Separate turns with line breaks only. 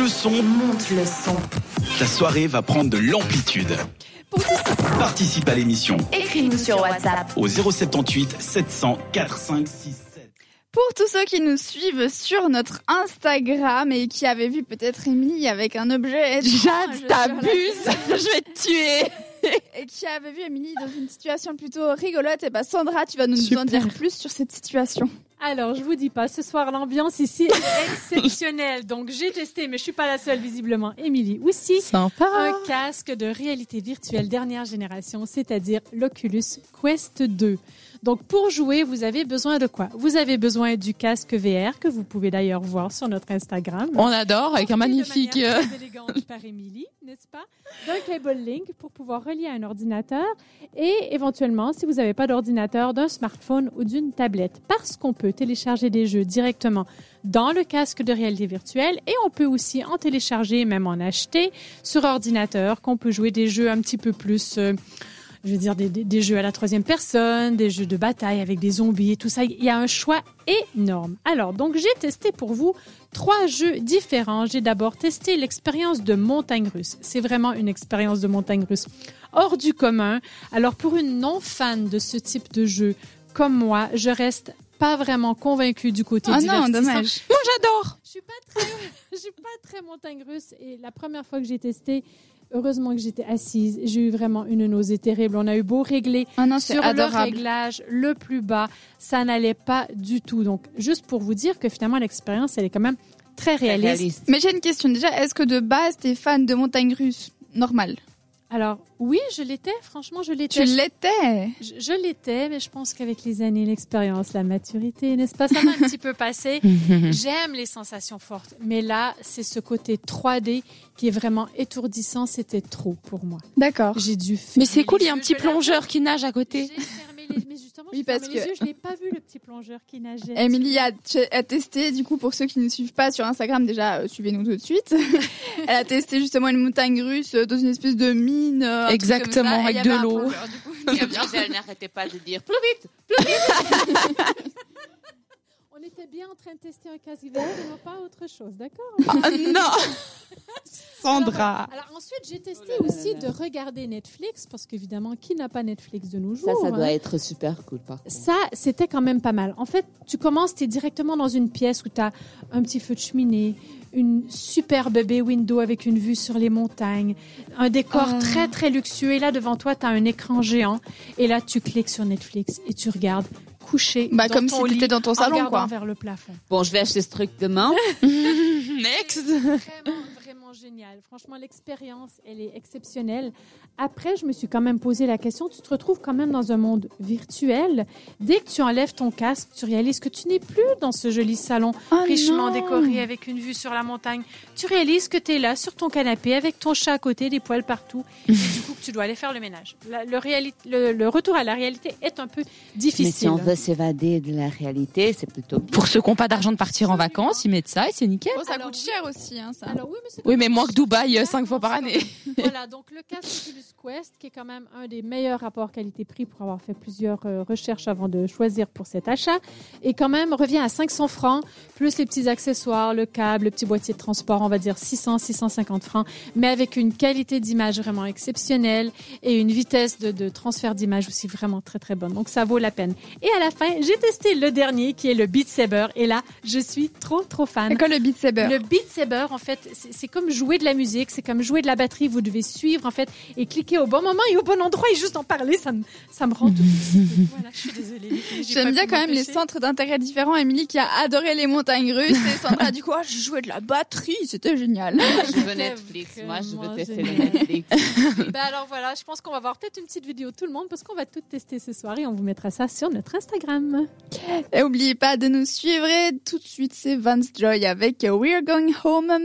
le son.
Monte le son.
La soirée va prendre de l'amplitude.
Pour tous,
Participe à l'émission
Écris-nous sur WhatsApp.
au 078 700 4567.
pour tous ceux qui nous suivent sur notre Instagram et qui avaient vu peut-être Émilie avec un objet.
Jade,
t'abuses
t'abuses, je vais te tuer.
Et qui avait vu Émilie dans une situation plutôt rigolote. Et bah Sandra, tu vas nous en
Super.
dire plus sur cette situation.
Alors, je vous dis pas, ce soir, l'ambiance ici est exceptionnelle. Donc, j'ai testé, mais je suis pas la seule, visiblement. Émilie aussi.
Sympa.
Un casque de réalité virtuelle dernière génération, c'est-à-dire l'Oculus Quest 2. Donc, pour jouer, vous avez besoin de quoi Vous avez besoin du casque VR, que vous pouvez d'ailleurs voir sur notre Instagram.
On adore avec un
Porté de
magnifique.
manière
euh,
très élégante par Émilie, n'est-ce pas D'un cable link pour pouvoir relier à un ordinateur et éventuellement, si vous n'avez pas d'ordinateur, d'un smartphone ou d'une tablette, parce qu'on peut télécharger des jeux directement dans le casque de réalité virtuelle et on peut aussi en télécharger, même en acheter sur ordinateur, qu'on peut jouer des jeux un petit peu plus. euh, je veux dire, des, des- des jeux à la troisième personne, des jeux de bataille avec des zombies et tout ça. Il y a un choix énorme. Alors, donc, j'ai testé pour vous trois jeux différents. J'ai d'abord testé l'expérience de montagne russe. C'est vraiment une expérience de montagne russe hors du commun. Alors, pour une non-fan de ce type de jeu comme moi, je reste pas vraiment convaincue du côté
Ah non,
divertissant.
dommage.
Moi, j'adore.
Je suis pas très, je suis pas très montagne russe et la première fois que j'ai testé, heureusement que j'étais assise, j'ai eu vraiment une nausée terrible. On a eu beau régler
Ah non, c'est
sur le
adorable.
réglage le plus bas, ça n'allait pas du tout. Donc juste pour vous dire que finalement l'expérience elle est quand même très réaliste.
Mais j'ai une question déjà. Est-ce que de base, t'es fan de montagne russe Normal.
Alors oui, je l'étais, franchement je
Tu
l'étais.
l'étais.
Je, je l'étais, mais je pense qu'avec les années, l'expérience, la maturité, n'est-ce pas, ça m'a un petit peu passé.
Mm. euh,
J'aime les sensations fortes, mais là, c'est ce côté 3D qui est vraiment étourdissant. C'était trop pour moi.
D'accord.
J'ai dû. fermer
Mais c'est cool, il y a un
les
petit
yeux, je l'avais-
plongeur qui nage à côté.
J'ai fermé les- Mais justement,
Oui,
j'ai
parce
fermé les
que-
yeux, je n'ai pas vu le petit plongeur qui nageait.
Émilie a, a testé, du coup, pour ceux qui ne suivent pas sur Instagram, déjà, euh, suivez-nous tout de suite. Elle a testé justement une montagne russe euh, dans une espèce de mine. euh, un truc
Exactement,
comme ça,
avec
et il y
de
avait un
l'eau.
plongeur, du coup, très bien.
Elle n'arrêtait pas de dire plus vite.
On était bien en train de tester un casque VR et non pas autre chose, d'accord
Ah, non. Sandra.
Alors ensuite, j'ai
Oh
testé aussi de regarder Netflix, parce qu'évidemment, qui n'a pas Netflix de nos jours
Ça, ça
hein
doit être super cool, par contre.
Ça, c'était quand même pas mal. En fait, tu commences, tu es directement dans une pièce où tu as un petit feu de cheminée, une superbe bay window avec une vue sur les montagnes, un décor
Ah.
très, très luxueux. Et là, devant toi, tu as un écran géant. Et là, tu cliques sur Netflix et tu regardes couché
Bah,
dans
comme
ton
si
lit,
t'étais dans ton
en
salon,
regardant
quoi.
vers le plafond.
Bon, je vais acheter ce truc demain.
Next.
Vraiment, vraiment génial. Franchement, l'expérience, elle est exceptionnelle. Après, je me suis quand même posé la question, tu te retrouves quand même dans un monde virtuel. Dès que tu enlèves ton casque, tu réalises que tu n'es plus dans ce joli salon
Oh
richement
non.
décoré avec une vue sur la montagne. Tu réalises que tu es là sur ton canapé avec ton chat à côté, des poils partout. Et du coup, que tu dois aller faire le ménage. La- le, réali- le- le retour à la réalité est un peu
Mais si
difficile.
on veut s'évader de la réalité, c'est plutôt
Pour ceux qui n'ont pas d'argent de partir en vacances, ils mettent ça et c'est nickel.
Bon, Oh, ça
Alors,
coûte
oui.
cher aussi, hein, ça.
Alors oui, mais c'est
Oui,
quand
mais
même
moins que Dubaï, euh,
cher,
cinq fois par
c'est quand
année.
même- voilà, donc le casque Oculus Quest, qui est quand même un des meilleurs rapports qualité-prix pour avoir fait plusieurs euh, recherches avant de choisir pour cet achat, et quand même revient à 500 francs, plus les petits accessoires, le câble, le petit boîtier de transport, on va dire 600, 650 francs, mais avec une qualité d'image vraiment exceptionnelle et une vitesse de, de transfert d'image aussi vraiment très très bonne. Donc ça vaut la peine. Et à la fin, j'ai testé le dernier qui est le Beat Saber, et là, je suis trop trop fan.
C'est quoi le Beat Saber
Le Beat Saber, en fait, c'est c'est comme jouer de la musique, c'est comme jouer de la batterie. Vous devez suivre, en fait, et cliquer au bon moment et au bon endroit et juste en parler. Ça me, ça me rend tout excitée. Voilà, je suis désolée. les filles, j'ai pas
J'aime bien
pu
quand même les
m'empêcher.
centres d'intérêt différents. Émilie qui a adoré les montagnes russes et Sandra du coup, ah, j'ai joué de la batterie, c'était génial.
Je veux
C'était
Netflix. Moi, je
vraiment
veux tester
génial.
le Netflix.
Ben alors voilà, je pense qu'on va voir peut-être une petite vidéo tout le monde parce qu'on va tout tester ce soir et on vous mettra ça sur notre Instagram.
Et oubliez pas de nous suivre et tout de suite c'est Vance Joy avec We're Going Home.